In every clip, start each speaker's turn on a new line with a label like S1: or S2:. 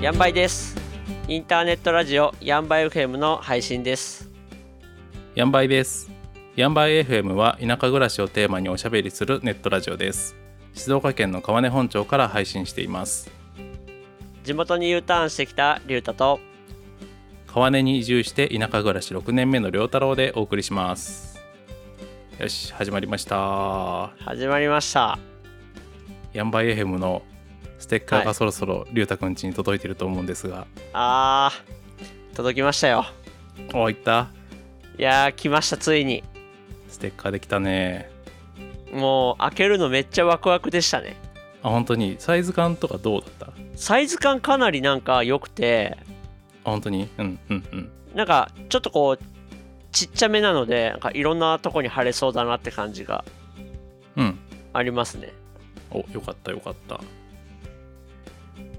S1: ヤンバイですインターネットラジオヤンバイ FM の配信です
S2: ヤンバイです。ヤンバイ FM は田舎暮らしをテーマにおしゃべりするネットラジオです。静岡県の川根本町から配信しています。
S1: 地元に U ターンしてきたリュウタと
S2: 川根に移住して田舎暮らし6年目の良太郎でお送りします。よし、始まりました。
S1: 始まりました
S2: ヤンバイ FM のステッカーがそろそろ龍太くん家に届いてると思うんですが、
S1: あー届きましたよ
S2: おいった
S1: いやー来ましたついに
S2: ステッカーできたね。
S1: もう開けるのめっちゃワクワクでしたね
S2: あ、本当にサイズ感とかどうだったあ、
S1: サイズ感かなりなんか良くて
S2: 本当にうんうんうん。
S1: なんかちょっとこうちっちゃめなのでなんかいろんなとこに貼れそうだなって感じが
S2: うん。
S1: ありますね
S2: およかったよかった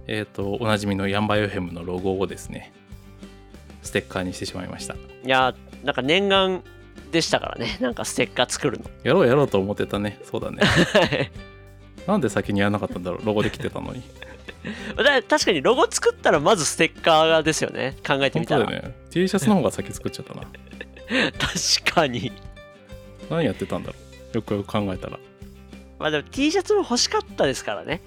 S2: えっ、とおなじみのヤンバイオヘムのロゴをですねステッカーにしてしまいました
S1: いやーなんか念願でしたからねなんかステッカー作るの
S2: やろうやろうと思ってたねそ うだねなんで先にやらなかったんだろうロゴできてたのに
S1: だ確かにロゴ作ったらまずステッカーですよね考えて
S2: 本
S1: みた
S2: 当だ
S1: ら、
S2: よね T シャツの方が先作っちゃったな
S1: 確かに
S2: 何やってたんだろうよくよく考えたら
S1: まあでも T シャツも欲しかったですからね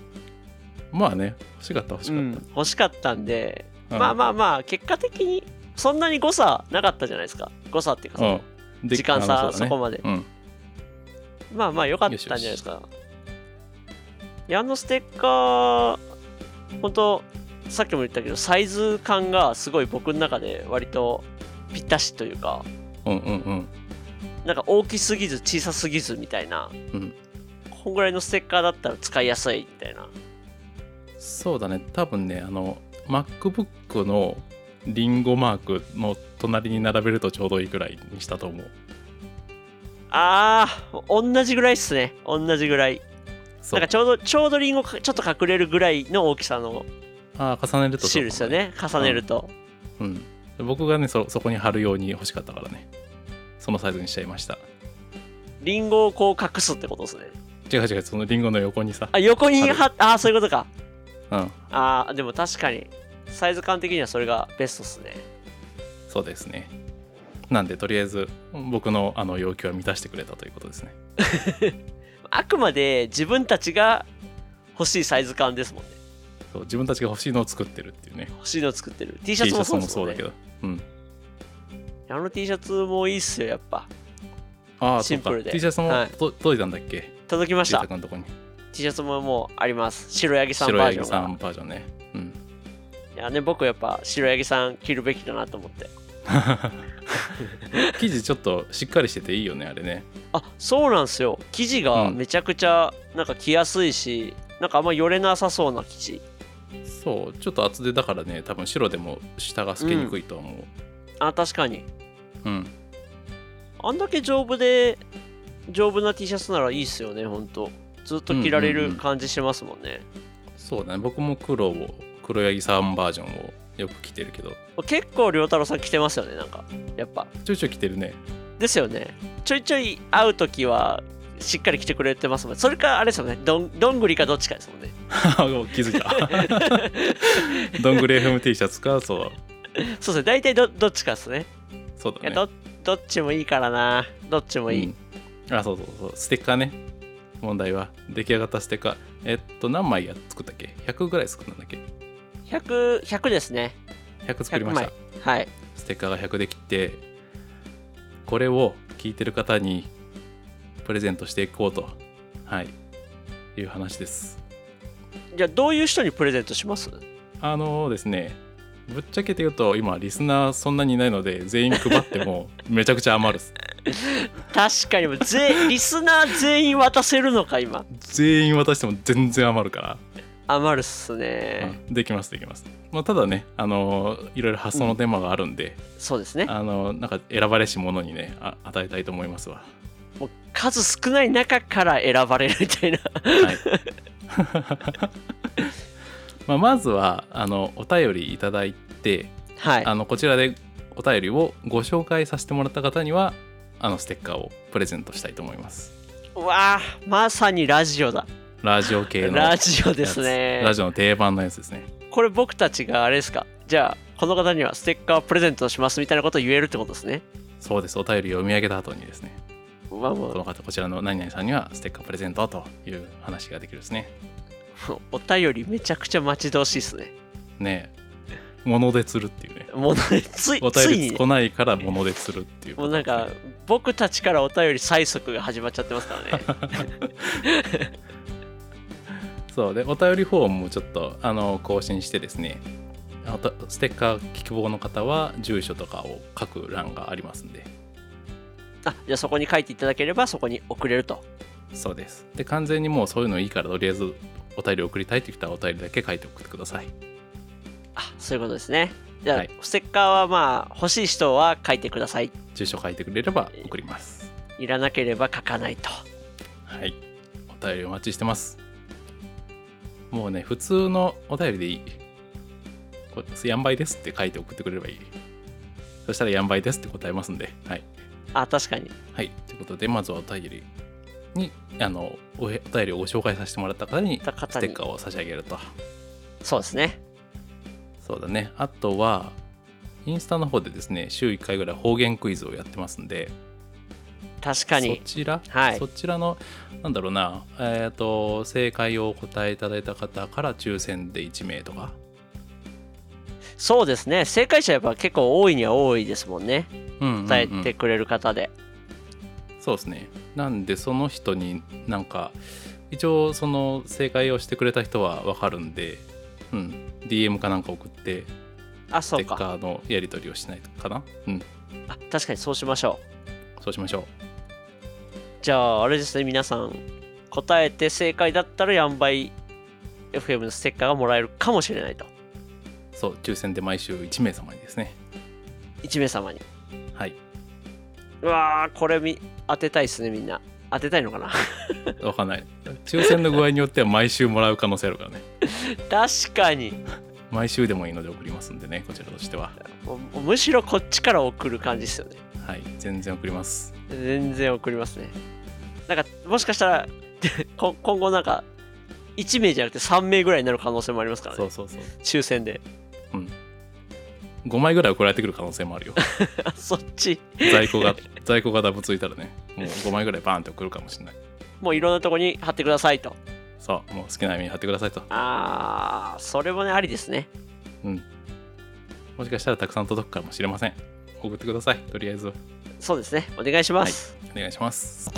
S2: まあね欲しかった欲しか
S1: う
S2: った、
S1: ん、欲しかったんで、
S2: うん
S1: まあまあまあ結果的にそんなに誤差なかったじゃないですか誤差っていうか、
S2: うんで
S1: 時間
S2: あ
S1: 差
S2: の
S1: そ,、
S2: うだね
S1: こまで
S2: うん
S1: まあまあ良かったんじゃないですか矢野ステッカー本当さっきも言ったけどサイズ感がすごい僕の中で割とぴったしというか
S2: うんうんうん
S1: なんか大きすぎず小さすぎずみたいな、
S2: うん
S1: こんぐらいのステッカーだったら使いやすいみたいな
S2: そうだね多分ねあの MacBook のリンゴマークの隣に並べるとちょうどいいくらいにしたと思う
S1: あー同じぐらいっすね同じぐらい
S2: そ
S1: なん
S2: う
S1: かちょうどちょうどリンゴかちょっと隠れるぐらいの大きさの
S2: あー重ねるとそう
S1: シー
S2: かも
S1: ルですよ、ね重ねると、
S2: うん、僕がねそそこに貼るように欲しかったからねそのサイズにしちゃいました
S1: リンゴをこう隠すってことですね
S2: 違う違うそのリンゴの横にさ、
S1: あ横に貼っああーそういうことか
S2: うん
S1: あーでも確かにサイズ感的にはそれがベストっすね
S2: そうですねなんでとりあえず僕のあの要求は満たしてくれたということですね
S1: あくまで自分たちが欲しいサイズ感ですもんね
S2: そう自分たちが欲しいのを作ってるっていうね
S1: 欲しいの作ってる T シャツもそうですもんね
S2: だけど、うん、
S1: あの T シャツもいいっすよやっぱ
S2: ああ
S1: シンプルで
S2: T シャツも、
S1: はい
S2: と届いたんだっけ
S1: 届きまし
S2: ジェ
S1: た
S2: イタ君のとこに
S1: T シャツももうあります白ヤギさん
S2: 白
S1: バ
S2: ヤ
S1: ージョ
S2: ギ
S1: ン
S2: さ
S1: が
S2: んバージョンねうん
S1: いやね僕やっぱ白ヤギさん着るべきだなと思って
S2: 生地ちょっとしっかりしてていいよねあれね
S1: あそうなんですよ生地が
S2: うん
S1: めちゃくちゃなんか着やすいし、なんかあんまよれなさそうな生地
S2: そうちょっと厚手だからね多分白でも下が透けにくいと思う
S1: あ確かに
S2: うん
S1: あんだけ丈夫で丈夫な T シャツならいいっすよねほんとずっと着られ
S2: うんうん
S1: る
S2: うん
S1: 感じしますもんね、
S2: そうだね僕も黒を黒ヤギさんバージョンをよく着てるけど
S1: 結構良太郎さん着てますよねなんかやっぱ
S2: ちょいちょい着てるね
S1: ですよねちょいちょい会う時はしっかり着てくれてますもんねそれかあれですよねどんどんぐりかどっちかですもんね
S2: お気づ いたどんぐり FM T シャツかそう
S1: そうですね大体どどっちかですね
S2: そう
S1: い
S2: だ
S1: や
S2: ね
S1: どどっちもいいからなどっちもいい、
S2: うんあそうそうそうステッカーね問題は出来上がったステッカーえっと何枚や作ったっけ100ぐらい作ったんだっけ
S1: 100, 100ですね
S2: 100作りま
S1: 100
S2: した
S1: 枚はい
S2: ステッカーが100できてこれを聞いてる方にプレゼントしていこうとはいいう話です
S1: じゃあどういう人にプレゼントします
S2: あのですねぶっちゃけて言うと今リスナーそんなにいないので全員配って もめちゃくちゃ余るっす
S1: 確かにもうぜ リスナー全員渡せるのか今
S2: 全員渡しても全然余るから、
S1: 余るっす
S2: う
S1: ね、
S2: んできますできます、まあ、ただねあのいろいろ発想のテーマがあるんで、
S1: そうですね
S2: あのなんか選ばれし者にねあ与えたいと思いますわ
S1: もう数少ない中から選ばれるみたいな
S2: はい。 まあまずはあのお便りいただいて、
S1: はい
S2: あのこちらでお便りをご紹介させてもらった方にはあのステッカーをプレゼントしたいと思います。
S1: うわあまさにラジオだ
S2: ラジオ系の
S1: ラジオですね
S2: やつラジオの定番のやつですね。
S1: これ僕たちがあれですかじゃあこの方にはステッカープレゼントしますみたいなことを言えるってことですね
S2: そうですお便りを読み上げた後にですね
S1: まあま
S2: この方こちらの何々さんにはステッカープレゼントという話ができるですね
S1: あ お便りめちゃくちゃ待ち遠しいですね
S2: ねえ物で釣るっていうね
S1: もうねつい
S2: お
S1: つ
S2: 便
S1: い
S2: り
S1: にね
S2: 来ないから物で釣るっていうこ
S1: もう
S2: と
S1: なん
S2: ですね、
S1: か僕たちからお便り催促が始まっちゃってます からね
S2: そうでお便りフォームもちょっとあの更新してですねあとステッカー希望の方は住所とかを書く欄がありますんで
S1: あじゃあそこに書いていただければそこに送れると
S2: そうですで完全にもうそういうのいいからとりあえずお便り送りたいって人はお便りだけ書いて送ってください
S1: あそういうことですねじゃあ、
S2: はい
S1: ステッカーはまあ欲しい人は書いてください
S2: 住所書いてくれれば送ります
S1: いらなければ書かないと
S2: はいお便りお待ちしてますもうね普通のお便りでいいこれやんばいですって書いて送ってくれればいいそしたらやんばいですって答えますんではい
S1: あ確かに
S2: はい、ということで、まずはお便りに、あの、おへお便りをご紹介させてもらった方に、ス
S1: 方に
S2: テッカーを差し上げると。
S1: そうですね
S2: そうだね。あとは、インスタの方でですね、週1回ぐらい方言クイズをやってますんで、
S1: 確か
S2: そ
S1: に
S2: ちら、
S1: はい
S2: そちらの、なんだろうな、えっ、と、正解をお答えいただいた方から抽選で1名とか、
S1: そうですね正解者やっぱ結構多いには多いですもんね
S2: うんうんうん
S1: 伝えてくれる方で、
S2: そうですね。なんで、その人になんか、一応、その正解をしてくれた人はわかるんで、うん、DM かなんか送って、
S1: あそ
S2: ス
S1: う
S2: テッ
S1: か
S2: カーのやり取りをしないとかなうん
S1: あ確かにそうしましょ
S2: そうしましょ
S1: うじゃああれですね皆さん答えて正解だったらやんばい FM のステッカーがもらえるかもしれないと
S2: うそう抽選で毎週1名様にですね
S1: 1名様に
S2: はいう
S1: わーこれみ当てたいですねみんな当てたいのかな
S2: わかんない 抽選の具合によっては毎週もらう可能性あるからね
S1: 確かに
S2: 毎週でもいいので送りますんでねこちらとしては
S1: もうむしろこっちから送る感じですよね
S2: はい全然送ります
S1: 全然送りますねなんかもしかしたら こ今後なんか1名じゃなくて3名ぐらいになる可能性もありますから
S2: そ
S1: ね
S2: うそうそう
S1: 抽選で
S2: 5枚ぐらい送られてくる可能性もあ るよ
S1: あそっち
S2: 在庫が在庫がダブついたらねもう5枚ぐらいバーンって送るかもしれない
S1: もういろんなとこに貼ってくださいと
S2: そうもう好きなように貼ってくださいと
S1: あーそれもねありですね
S2: うんもしかしたらたくさん届くかもしれません送ってくださいとりあえずは
S1: そうですねお願いします
S2: お願いし ます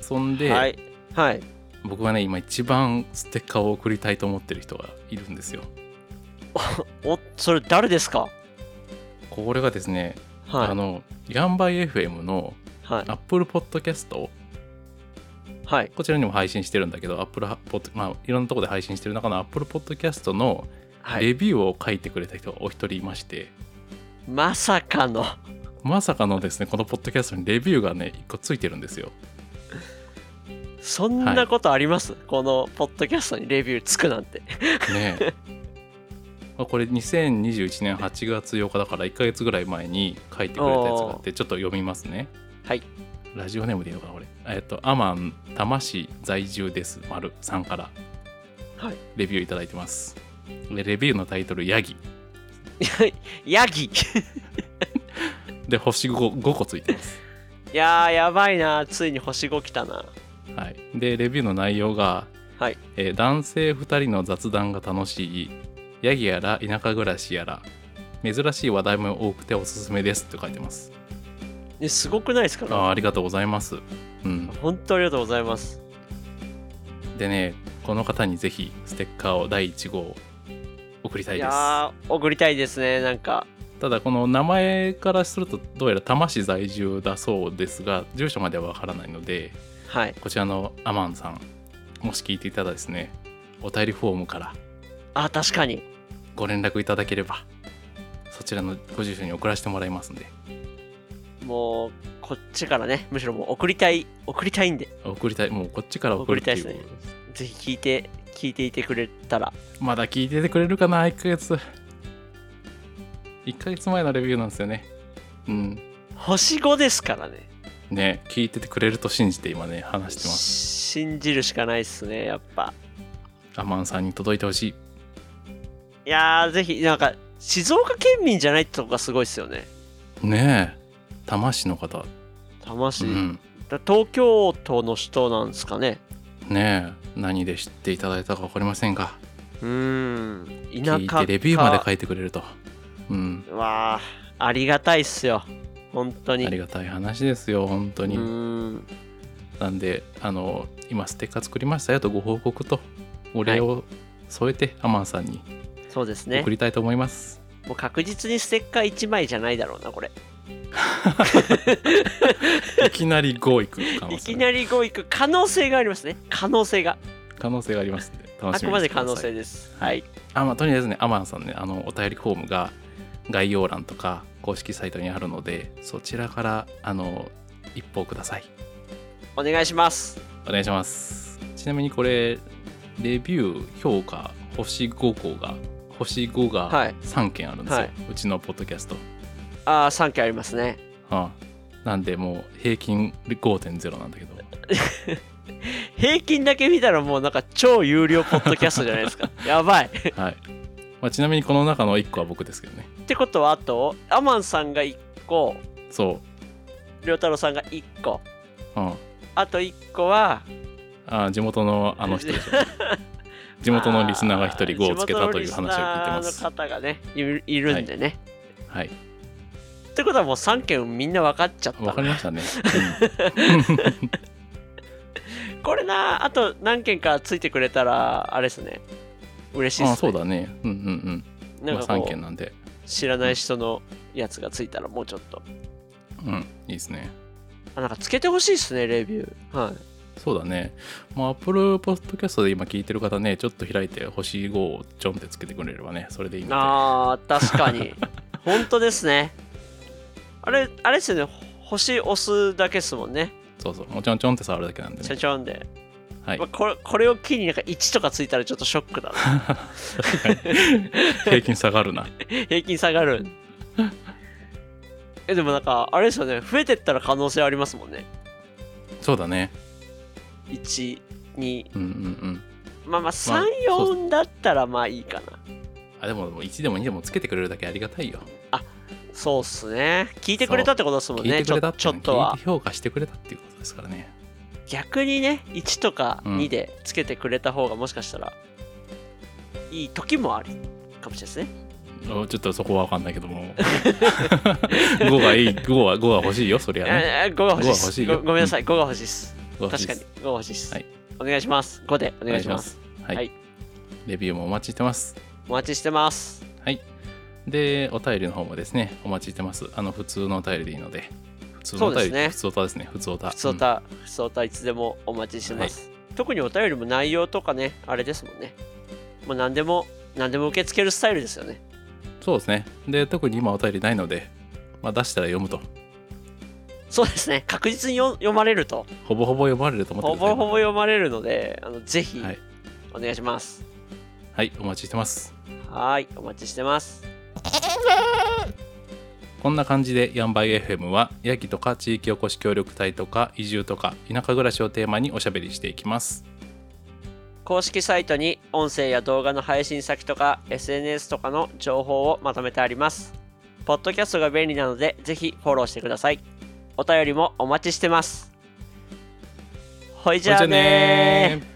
S2: そんで、
S1: はいはい、
S2: 僕はね今一番ステッカーを送りたいと思ってる人がいるんですよ
S1: おそれ誰ですか
S2: これがですね、あ
S1: はい
S2: のヤンバイ FM の
S1: はい
S2: Apple Podcast
S1: はい
S2: こちらにも配信してるんだけど Apple Pod まあいろんなところで配信してる中の Apple Podcast の
S1: はい
S2: レビューを書いてくれた人がお一人いまして、
S1: まさかの
S2: まさかのですねこのポッドキャストにレビューがね一個ついてるんですよ
S1: そんなことあります、このポッドキャストにレビューつくなんて
S2: ねえ まあこれ2021年8月8日だから1ヶ月ぐらい前に書いてくれたやつが あってちょっと読みますね
S1: はい
S2: ラジオネームでいいのかなこれえっとアマン多摩市在住です丸さんから
S1: はい
S2: レビューいただいてますでレビューのタイトルヤギ
S1: ヤギ
S2: で星 5, 5個つい てます、
S1: いやーやばいなついに星5来たな
S2: はい、でレビューの内容が、
S1: はい
S2: えー男性2人の雑談が楽しいヤギやら田舎暮らしやら珍しい話題も多くておすすめですって書いてます
S1: えすごくないですか
S2: あーありがとうございます、うん、
S1: 本当ありがとうございます
S2: でねこの方にぜひステッカーを第1号送りたい
S1: い
S2: です
S1: やー送りたいですねなんか
S2: ただこの名前からするとどうやら多摩市在住だそうですが住所まではわからないので
S1: はい
S2: こちらのアマンさんもし聞いていたらですねお便りフォームから
S1: あ確かに
S2: ご連絡いただければそちらのご住所に送らせてもらいますんで
S1: もうこっちからねむしろもう送りたい送りたいんで
S2: 送りたいもうこっちから送るっていう
S1: 送りたいぜひ聞いて聞いていてくれたら
S2: まだ聞いててくれるかな1ヶ月1ヶ月前のレビューなんですよねうん
S1: 星5ですからね
S2: ね聞いててくれると信じて今ね話してます
S1: 信じるしかないっすねやっぱ
S2: アマンさんに届いてほしい
S1: いやー、ぜひ、なんか、静岡県民じゃないってとこがすごいですよね。
S2: ねえ多摩市の方
S1: 多摩市。
S2: うん
S1: だ東京都の人なんですかね。
S2: ねえ何で知っていただいたか分かりませんが
S1: うーん。田舎
S2: 聞いてレビューまで書
S1: い
S2: いてくれるとうん
S1: わあ、ありがたいっすよ。本当
S2: あ
S1: に。
S2: りがたい話ですよ本当に、
S1: うーん。
S2: なんであの今ステッカー作りましたよとご報告とお礼を添えてアマンさんに
S1: そうですね
S2: 送。りたいと思います、
S1: もう確実にステッカー1枚じゃないだろうな、これ。
S2: いきなり5いく可能
S1: いき
S2: 性
S1: なり5いく可能性がありますね。可能性が。
S2: 可能性がありますんで楽
S1: あ
S2: し
S1: く
S2: み
S1: ま
S2: にし
S1: で
S2: てください
S1: 可能性です。
S2: は
S1: はいい。
S2: あまあとりあえずねアマンさんねあのお便りフォームが概要欄とか公式サイトにあるのでそちらからあの一報ください
S1: お願いします。
S2: お願いしますちなみにこれレビュー評価星5個が星5が
S1: はい
S2: 3件あるんですよ、
S1: はいう
S2: ちのポッドキャスト、
S1: ああ、3件ありますね。
S2: ああなんでもう平均5.0なん だけど
S1: 平均だけ見たらもうなんか超有料ポッドキャストじゃない ですか。やばい。っ
S2: はい、まあ、ちなみにこの中の1個は僕ですけどね
S1: てことはあと、アマンさんが1個、
S2: そ
S1: りょうたろうさんが1個、
S2: う、うん、
S1: あと1個は、
S2: あ地元のあ の人でしょ地元のリスナーが1人5をつけたという話を聞い
S1: 地
S2: てま
S1: 元のリス
S2: す
S1: ナーの方がね、いるいるんでね。
S2: はい
S1: ってことはもう3件みんな分かっちゃった
S2: わ
S1: な
S2: かり ましたね、うん
S1: これな、あと何件かついてくれたら、あれですね。嬉しいです、ね。
S2: あそうだねうんうんうん
S1: なん
S2: まあ
S1: かこう
S2: 3件なんで
S1: 知らない人のやつがついたらもうちょっと。
S2: うんいいですね
S1: あなんかつけてほしいですね、レビュー。はい。
S2: そうだね。まあ、Apple Podcast で今聞いてる方ね、ちょっと開いて星5をちょんってつけてくれればね、それでいいので。
S1: あー、確か に。本当ですね。あれ、あれですよね。星押すだけですもんね。
S2: そうそう。もうちょんちょんって触るだけなんで
S1: ちょ
S2: ね
S1: ん。ちょんで。
S2: はい
S1: まあ、。これこれを機になんか1とかついたらちょっとショックだな。
S2: 平均下がるな。
S1: 平均下が る。えでもなんか、あれですよね。増えてったら可能性ありますもんね。
S2: そうだね。
S1: 1、2、
S2: うんうんうん。
S1: まあまあ
S2: まあ
S1: 3、
S2: そう
S1: 4だったらまあいいかな。
S2: あ、でももう1でも2でもつけてくれるだけありがたいよ。
S1: そうっすね。聞いてくれたってことですもん
S2: 聞い
S1: ね。
S2: て
S1: ち
S2: く
S1: ょ
S2: れたって
S1: ちょ
S2: いう
S1: っ
S2: の
S1: と
S2: 聞い
S1: は
S2: て。評価してくれたっていうことですからね。
S1: 逆にね、1とか
S2: うん
S1: 2でつけてくれた方がもしかしたらいい時もあるかもしれないですね。
S2: おちょっとそこはわかんないけども。5がいい、5は、5は欲しいよ、そりゃね。
S1: えー、5が欲しいっ
S2: 五が欲し
S1: す
S2: いよ
S1: ご。ごめんなさい、5が欲しいっす。
S2: 5は欲し
S1: 確
S2: いで
S1: か
S2: す
S1: に、5が欲しいっす。
S2: はい
S1: お願いします。5でお願いします。。
S2: はい。
S1: はい
S2: レビューもお待ちしてます。
S1: お待ちしてます。
S2: はい。で、お便りの方もですね、お待ちしてます。あの、普通のお便りでいいので、普通のお便り、
S1: そうですね
S2: 普通おたですね、普通おた。
S1: ふつおた、ふつおたいつでもお待ちしてます。特にお便りも内容とかね、あれですもんね。もう何でも、何でも受け付けるスタイルですよね。
S2: うんそうですね。で、特に今お便りないので、まあ、出したら読むと。
S1: そうですね。確実によ読まれると。
S2: ほぼほぼ読まれると思って
S1: ほ
S2: くださ
S1: ぼ
S2: い。
S1: ほぼ読まれるので、あのぜひ
S2: はい。
S1: お願いします。
S2: はい、お待ちしてます。
S1: はーい、お待ちしてます。
S2: こんな感じで、ヤンバイ FM は、ヤギとか地域おこし協力隊とか、移住とか、田舎暮らしをテーマにおしゃべりしていきます。
S1: 公式サイトに音声や動画の配信先とか SNS とかの情報をまとめてあります。ポッドキャストが便利なので、ぜひフォローしてください。お便りもお待ちしてます。ほいじゃあねー。
S2: ー。